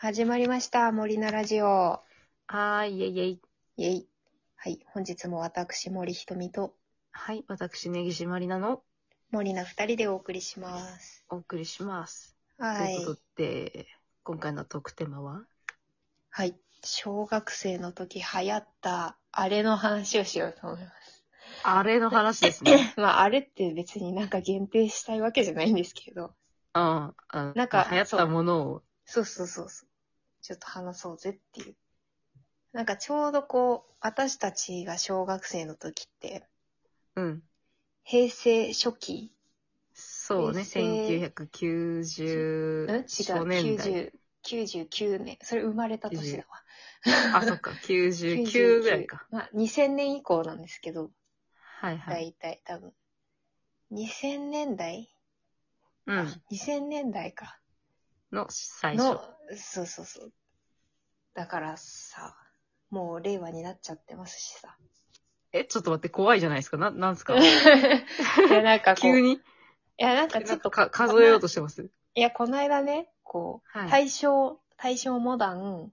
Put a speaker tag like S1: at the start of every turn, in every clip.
S1: 始まりました。森菜ラジオ。
S2: はーい、イェイイェイ。
S1: イェイ。はい。本日も私、森ひとみと
S2: はい、私、根岸まりなの、
S1: 森菜二人でお送りします。
S2: お送りします。
S1: はい
S2: と。いうことで、今回のトークテーマは
S1: はい。小学生の時流行った、あれの話をしようと思いま
S2: あれの話ですね。
S1: す。まあ、あれって別になんか限定したいわけじゃないんですけど。
S2: うん。あの
S1: なんか
S2: 流行ったものを。
S1: そうそうそうそう。ちょっと話そうぜっていう。なんかちょうどこう、私たちが小学生の時って、
S2: うん。
S1: 平成初期
S2: そうね、
S1: 平ん違う。
S2: 1995年代。
S1: 90 99年。それ生まれた年だわ。
S2: あ、そっか、99ぐらいか。
S1: まあ、2000年以降なんですけど、
S2: はいはい。
S1: 大体多分。2000年代、
S2: うん。
S1: ?2000 年代か。
S2: の最
S1: の
S2: 初。、
S1: そうそうそう。だからさ、もう令和になっちゃってますし さ。
S2: え、ちょっと待って、怖いじゃないですか。な、なんすか
S1: いや、なんかこう、
S2: 急
S1: い
S2: に
S1: や、なん
S2: な
S1: か
S2: ん
S1: ちょっと
S2: かか数えようとしてます。
S1: いや、この間ね、こう、
S2: はい。
S1: 大正、大正モダン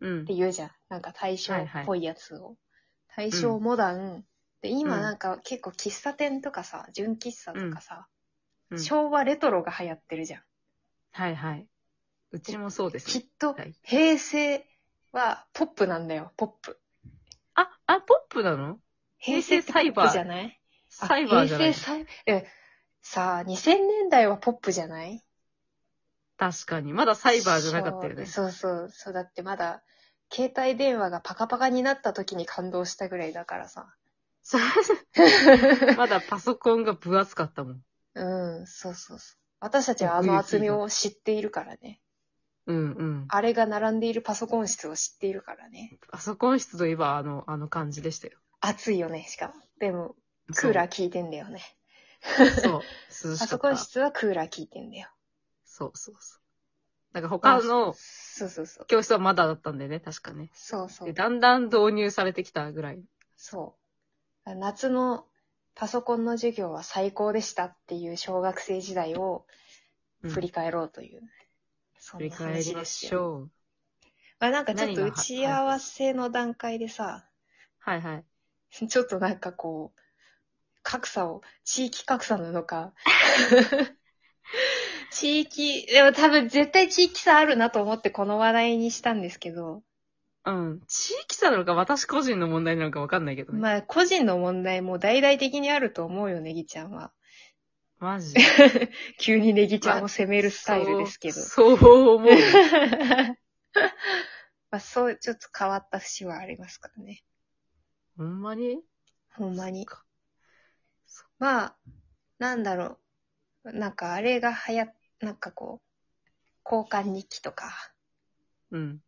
S2: うん
S1: って。言うじゃん。なんか大正っぽいやつを。大正モダン、で、今
S2: うん
S1: なんか結構喫茶店とかさ、純喫茶とかさ、
S2: うん
S1: 昭和レトロが流行ってるじゃん。
S2: はいはい。うちもそうです
S1: きっ
S2: ね。
S1: と
S2: はい、
S1: 平成はポップなんだよ、ポップ。
S2: あ、あ、ポップなの
S1: 平成ってポップじゃないあ
S2: サイバーじゃない
S1: 平成サイえ、さあ、2000年代はポップじゃない
S2: 確かに。まだサイバーじゃなかったよね。
S1: そうそうそう、そうだってまだ、携帯電話がパカパカになった時に感動したぐらいだからさ。
S2: まだパソコンが分厚かったもん。
S1: うん、そうそうそう。私たちはあの厚みを知っているからね。
S2: うんうん。
S1: あれが並んでいるパソコン室を知っているからね。
S2: パソコン室といえばあの、あの感じでしたよ。
S1: 暑いよね、しかも。でも、クーラー効いてんだよね。
S2: そう。そう。涼
S1: パソ
S2: しかった
S1: コ。ン室はクーラー効いてんだよ。
S2: そうそうそう。なんか他の
S1: そうそうそう。
S2: 教室はまだだったんでね、確かね。
S1: そうそ
S2: で
S1: う。
S2: だんだん導入されてきたぐらい。
S1: そう。夏のパソコンの授業は最高でしたっていう小学生時代を
S2: うん
S1: 振り返ろうという。そ
S2: 振り返りまし
S1: う。
S2: ょう。
S1: まあなんかちょっと
S2: 何
S1: 打
S2: がは
S1: ち合わせの段階でさ、
S2: はいはい。
S1: ちょっとなんかこう、格差を、地域格差なのか。 地域、でも多分絶対地域差あるなと思ってこの話題にしたんですけど、
S2: うん。地域差なのか私個人の問題なのかわかんないけどね。
S1: まあ個人の問題も大々的にあると思うよ、ネギちゃんは。
S2: マジで。
S1: 急にネギちゃんを責めるスタイルですけど。
S2: そうそう思う。
S1: まあそう、ちょっと変わった節はありますからね。
S2: ほんまに
S1: ほんまに。
S2: そっかそ
S1: まあ、なんだろう。なんかあれが流行っ、なんかこう、交換日記とか、
S2: うん。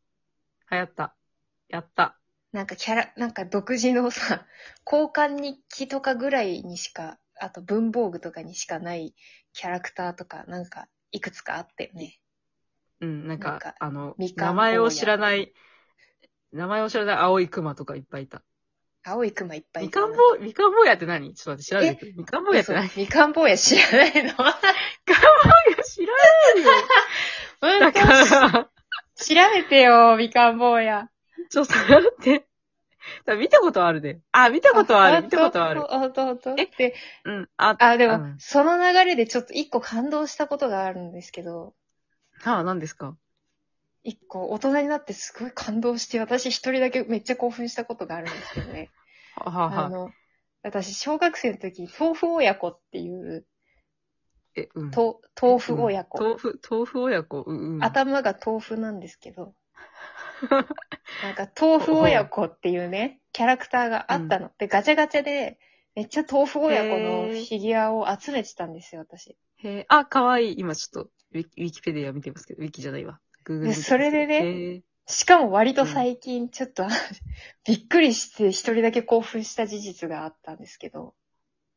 S2: 流行った。やった。
S1: なんかキャラ、なんか独自のさ、 交換日記とかぐらいにしか、あと文房具とかにしかないキャラクターとか、なんかいくつかあったよね。
S2: うん、なんか、
S1: なんか
S2: あの、
S1: みかん
S2: 名前を知らない、名前を知らない青い熊とかいっぱいいた。
S1: 青いクマいっぱいい
S2: み
S1: た
S2: かん
S1: な
S2: 坊、みかん坊やって何ちょっと待って、調べてくる。みかん坊やって何
S1: みかん坊や知らない の
S2: 知ら
S1: 本
S2: ないよ。だから、
S1: 当調べてよ、みかん坊や。
S2: ちょっと待って。だ見たことあるで。あ、見たことある。見たことある。
S1: ほんとほんと。
S2: え
S1: で
S2: うん。あ、
S1: あ、でも、
S2: うん
S1: その流れでちょっと一個感動したことがあるんですけど、
S2: はあ、何ですか
S1: 一個大人になってすごい感動して、私一人だけめっちゃ興奮したことがあるんですけどね。
S2: は あ、
S1: あ
S2: はあはあ、
S1: の、私小学生の時、豆腐親子っていう、
S2: え、うん。
S1: と豆腐親子、
S2: うん豆腐、豆腐親子。うん、うん。
S1: 頭が豆腐なんですけ ど、なんか豆腐親子っていうね、キャラクターがあったの。で、ガチャガチャで、めっちゃ豆腐親子のフィギュアを集めてたんですよ、私。
S2: へえ、あ、かわいい。今ちょっとウィキ、ウィキペディア見てますけど、ウィキじゃないわ。グーグル。
S1: それでね
S2: へえ
S1: しかも割と最近、ちょっと、 びっくりして一人だけ興奮した事実があったんですけど、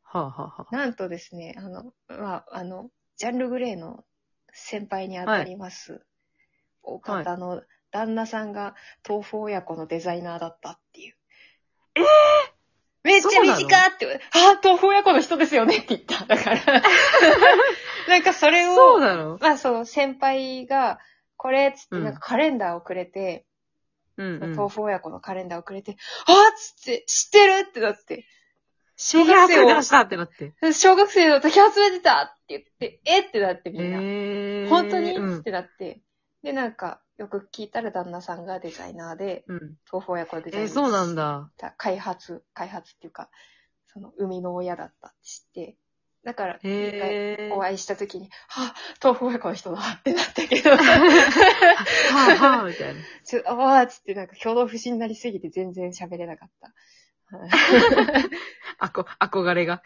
S2: はあ、はあはあ、
S1: なんとですね、あの、まあ、あの、ジャンルグレーの先輩にあたります、お方の旦那さんが豆腐親子のデザイナーだったっていう。
S2: えー
S1: めっちゃ
S2: そうな
S1: 短
S2: の
S1: って、あ、豆腐親子の人ですよねって言った。 だから、なんかそれを、
S2: そうなの
S1: まあその先輩が、これ、つって、
S2: うん
S1: なんかカレンダーをくれて、
S2: うん、うん。
S1: 豆腐親子のカレンダーをくれて、あっつって、知ってるってなって、小学生
S2: 出したってなって。
S1: を、小学生の時集めてたって言って、えってなってみんな。
S2: えー。
S1: 本当に
S2: うん
S1: っ。てなって。で、なんか、よく聞いたら旦那さんがデザイナーで、
S2: うん
S1: 豆腐親子はデザイ
S2: え
S1: ナー。
S2: ー、そうなん。だ。
S1: 開発、開発っていうか、その、生みの親だったって知って。だから、
S2: へえ。
S1: お
S2: い。
S1: 会いした時に、はぁ、豆腐親子の人だってなった けど、
S2: はぁはぁみたいな。
S1: ちょっと、あーっつってなんか共同不審になりすぎて全然喋れなかった。
S2: あこ、憧れが。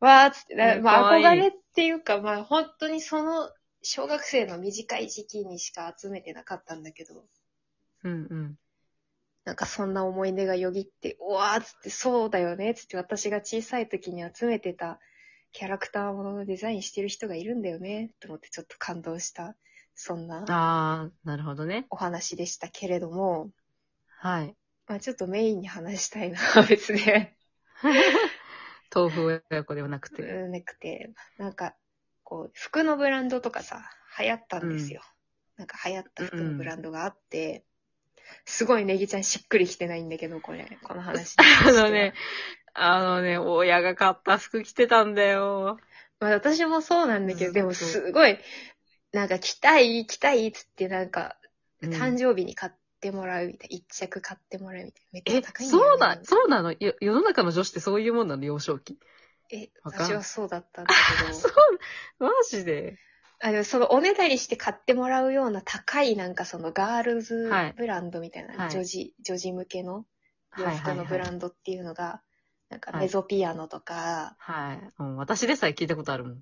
S1: わーっつって、
S2: えー
S1: ま
S2: か
S1: あ
S2: わいい
S1: 憧れっていうか、まあ本当にその小学生の短い時期にしか集めてなかったんだけど、
S2: うんうん。
S1: なんかそんな思い出がよぎって、うわーっつって、そうだよねっつって私が小さい時に集めてたキャラクターもののデザインしてる人がいるんだよねって思ってちょっと感動した、そんな
S2: あー、なるほどね。
S1: お話でしたけれども、
S2: はい。
S1: まあちょっとメインに話したいな、別で。
S2: 豆腐親子ではなくて。
S1: うんなくて、なんか、こう、服のブランドとかさ、流行ったんですよ。なんか流行った服のブランドがあって、すごいネギちゃんしっくりきてないんだけど、これ、この話。
S2: あのね、あのね、親が買った服着てたんだよ。
S1: まあ私もそうなんだけ
S2: う
S1: ど、
S2: ん
S1: でもすごい、なんか着たい、着たいっつってなんか、
S2: うん
S1: 誕生日に買ってもらうみたいな、一着買ってもらうみたいな。めっち
S2: え
S1: ゃ、高いんだよ、ね。
S2: そうな、そうなのよ世の中の女子ってそういうもんなの幼少期。
S1: え、
S2: わかん
S1: 私はそうだったんだけど。
S2: そう、マジで。
S1: あの、そのおねだりして買ってもらうような高いなんかそのガールズ
S2: はい
S1: ブランドみたいな、
S2: はい
S1: 女児、女児向けの洋
S2: はい
S1: 服
S2: はい
S1: のブ
S2: は
S1: ラ
S2: い。
S1: ンドっていうのが、なんか
S2: はい
S1: メゾピアノとか、
S2: はい。うん私でさえ聞いたことあるもん。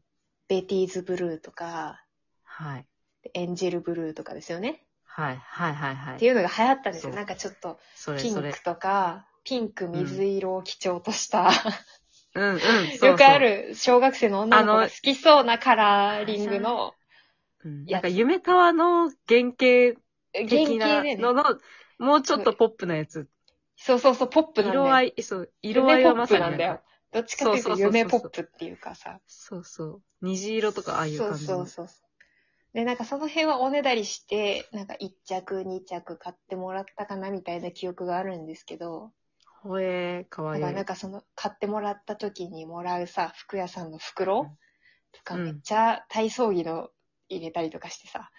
S1: ベティーズブルーとか、
S2: はい。
S1: エンジェルブルーとかですよね。
S2: はい、はい、はい、は
S1: って
S2: い。
S1: いうのが流行ったんですよ。
S2: そう
S1: なんかちょっと
S2: それ、
S1: ピン
S2: それ。
S1: クとか、ピンク水色を基調とした、
S2: うん、うん。そうそう
S1: よくあ。る小学生の女の子
S2: あ
S1: が
S2: の
S1: 好きそうなカラーリングの
S2: うん
S1: やつ
S2: なんか、夢タワーの原型
S1: 原
S2: 的
S1: 型
S2: な
S1: でね。
S2: のの、もうちょっとポップなやつ。
S1: そうそうそう、ポップなんだよ
S2: 色合い、そう、色合いはまさに
S1: 夢ポップなんだよ。どっちかっていう
S2: そ
S1: と
S2: うそうそうそう
S1: 夢ポップっていうかさ。
S2: そうそう。虹色とかああいう感じ
S1: そうそ
S2: の。
S1: うそうそう。で、なんかその辺はおねだりして、なんか1着、2着買ってもらったかなみたいな記憶があるんですけど、
S2: ほえー、か
S1: だ
S2: わいい。
S1: からなんかその買ってもらった時にもらうさ、服屋さんの袋とか
S2: うん
S1: めっちゃ体操着の入れたりとかしてさ。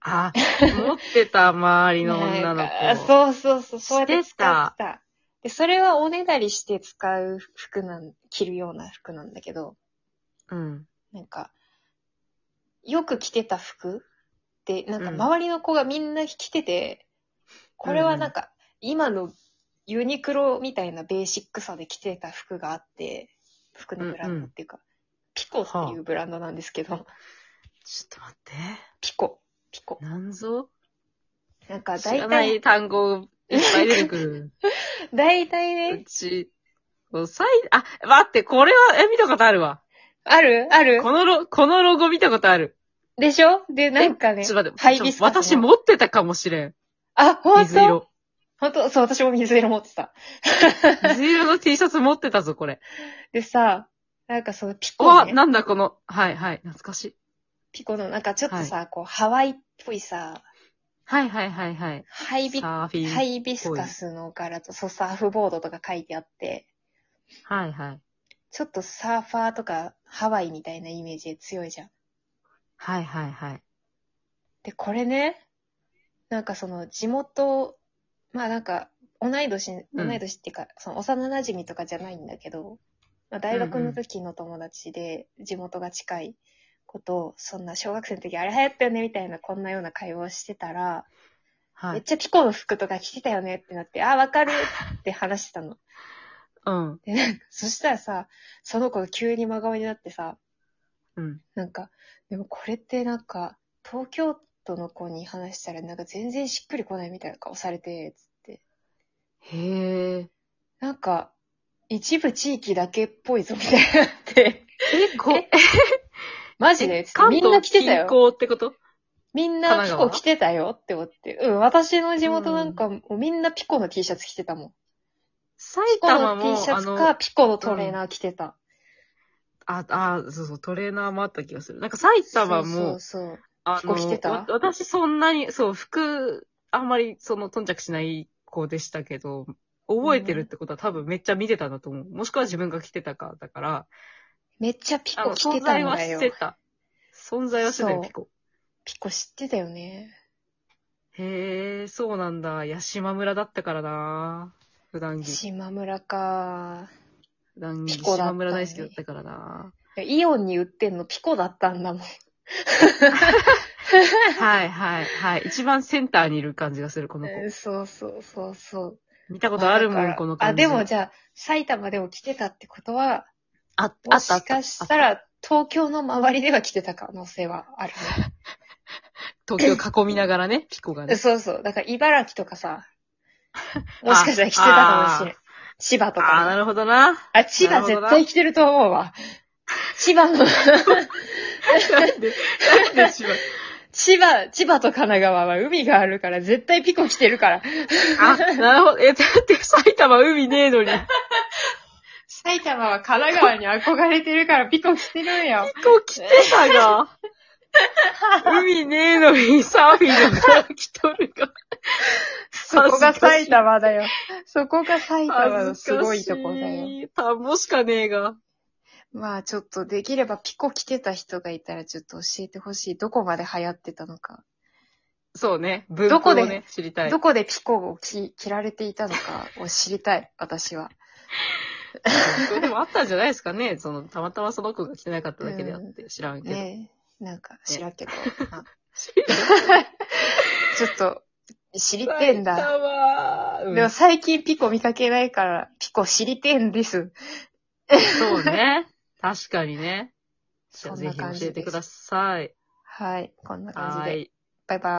S2: あ、持ってた周りの女
S1: な
S2: の
S1: んか
S2: 子。
S1: そうそうそう、そうやって
S2: して
S1: 使
S2: た
S1: ってた。で、それはおねだりして使う服なん、着るような服なんだけど、
S2: うん。
S1: なんか、よく着てた服って、なんか
S2: うん
S1: 周りの子がみんな着てて、これはなんか、今のユニクロみたいなベーシックさで着てた服があって、服のブランドっていうか、ピコっていうブランドなんですけど、
S2: ちょっと待って。
S1: ピコ、ピコ。
S2: なんぞ
S1: なんか
S2: 知
S1: 大
S2: らな
S1: 体、
S2: い単語いっぱい出てくる。
S1: 大体
S2: う
S1: ね、
S2: ち、おさい、あ、待って、これは、え、見たことあるわ。
S1: あるある
S2: このロ、このロゴ見たことある。
S1: でしょで、なんかね
S2: ちょっと待っ、
S1: ハ
S2: て、
S1: イ
S2: ちょ
S1: ビ
S2: っ
S1: ス
S2: と
S1: カスの
S2: 私持ってたかもしれん。
S1: あ、ほん
S2: 水
S1: と
S2: 色。
S1: ほんとそう、私も水色持ってた。
S2: 水色の T シャツ持ってたぞ、これ。
S1: でさ、なん かそのピ
S2: う
S1: コ、
S2: わ、
S1: ね、
S2: なんだこの、はいはい、懐かしい。
S1: ピコのなんかちょっとさ、こう、ハワイっぽいさ、
S2: はいはいはいはい。
S1: ハイビ、ハ
S2: サーフィン。はい、
S1: イビスカスの柄と、そう、サーフボードとか書いてあって、
S2: はい、はい。
S1: ちょっとサーファーとかハワイみたいなイメージで強いじゃん。
S2: はいはいはい。
S1: で、これね、なんかその地元、まあなんか、同い年、
S2: う
S1: 同
S2: ん
S1: い年っていうか、その幼馴染とかじゃないんだけど、まあ、大学
S2: うんう
S1: の
S2: ん
S1: 時の友達で地元が近いことを、そんな小学生の時あれ流行ったよねみたいなこんなような会話をしてたら、
S2: は
S1: めっ
S2: い。
S1: ちゃピコの服とか着てたよねってなって、あ、わかるって話してたの。
S2: うん。
S1: で、なんか、そしたらさ、その子が急に真顔になってさ、
S2: うん。
S1: なんか、でもこれってなんか、東京都の子に話したらなんか全然しっくりこないみたいな顔されて、つって。
S2: へえ。
S1: なんか、一部地域だけっぽいぞ、みたいになって。
S2: え、こ、
S1: えマジでつって
S2: 関
S1: みんな
S2: 東
S1: 着て
S2: 近
S1: たよ。
S2: 郊ってこと
S1: みんな
S2: 神
S1: ピ
S2: 奈
S1: コ
S2: 川
S1: 着てたよって思って。うん、私の地元なんかもうみんなピコの T シャツ着てたもん。ピ
S2: 埼
S1: コ
S2: 玉
S1: の
S2: も、
S1: T シャ
S2: あ
S1: ツ
S2: の、
S1: か、ピコのトレーナー着てた。
S2: あ、あ、そうそう、トレーナーもあった気がする。なんか埼玉も、
S1: そうそうそう。
S2: あ
S1: 飛行してた
S2: わ私そんなに、そう、服、あんまりその頓着しない子でしたけど、覚えてるってことは多分めっちゃ見てたんだと思う。もしくは自分が着てたか、だから、
S1: めっちゃピ
S2: あ
S1: コ
S2: の
S1: 着て
S2: 存
S1: た
S2: 在
S1: ん
S2: は
S1: だ
S2: し
S1: よ。
S2: てた。存在はしてた
S1: そ
S2: よ、
S1: う
S2: ピコ。
S1: ピコ知ってたよね。
S2: へえ、そうなんだ。いや、島村だったからな。普段着。普
S1: 島村か。
S2: 段着、
S1: ピコだったね
S2: 島村大好きだったからな。
S1: イオンに売ってんのピコだったんだもん。
S2: はいはいはい。一番センターにいる感じがする、この子。
S1: そうそうそうそう。
S2: 見たことあるも
S1: だか
S2: ん、
S1: ら
S2: この
S1: あ、
S2: 感じ。
S1: でもじゃあ、埼玉でも来てたってことは、
S2: あ、あった
S1: も
S2: あったあ
S1: し
S2: った。
S1: かしたら、東京の周りでは来てた可能性はある
S2: 東京囲みながらね、ピコが
S1: ね。
S2: ね。
S1: そうそう。だから茨城とか さ、もしかしたら来てたかもしれん。千葉とかね、
S2: あー、なるほどな。
S1: あ、千葉絶対来てると思うわ。千葉の、
S2: なんで、なんでしまう。
S1: 千葉、千葉と神奈川は海があるから絶対ピコ来てるから。
S2: あ、なるほど。え、だって埼玉海ねえのに。ピ
S1: 埼玉は神奈川に憧れてるからピコ来てるん よ。
S2: コ来てたが。海ねえのにサーフィンのから来とるが。
S1: そこが埼玉だよ。そこが埼玉の
S2: 恥ず
S1: す
S2: かし
S1: ごいとこだよ。。
S2: 田んぼしかねえが。
S1: まあちょっとできればピコ来てた人がいたらちょっと教えてほしい。どこまで流行ってたのか。
S2: そうね。文
S1: ど
S2: 法
S1: こ
S2: を
S1: で
S2: ね、知りたい
S1: ど。こでピコを着着られていたのかを知りたい、私は。
S2: それでもあったんじゃないですかね。その、たまたまその子が来てなかっただけであって、知らんけど。
S1: ねえ。なんか知らんけど。あ
S2: 知りたい
S1: ちょっと知りてえん だ。
S2: 埼玉うん
S1: でも最近ピコ見かけないから、ピコ知りてえんです。
S2: そうね。確かにね。じ
S1: そ
S2: ゃあ
S1: ん
S2: ぜ
S1: な
S2: ひ教
S1: 感じ
S2: えて
S1: で
S2: くだ
S1: す。
S2: さい。
S1: はい。こんな感じ
S2: は
S1: で。
S2: い。
S1: バイバイ。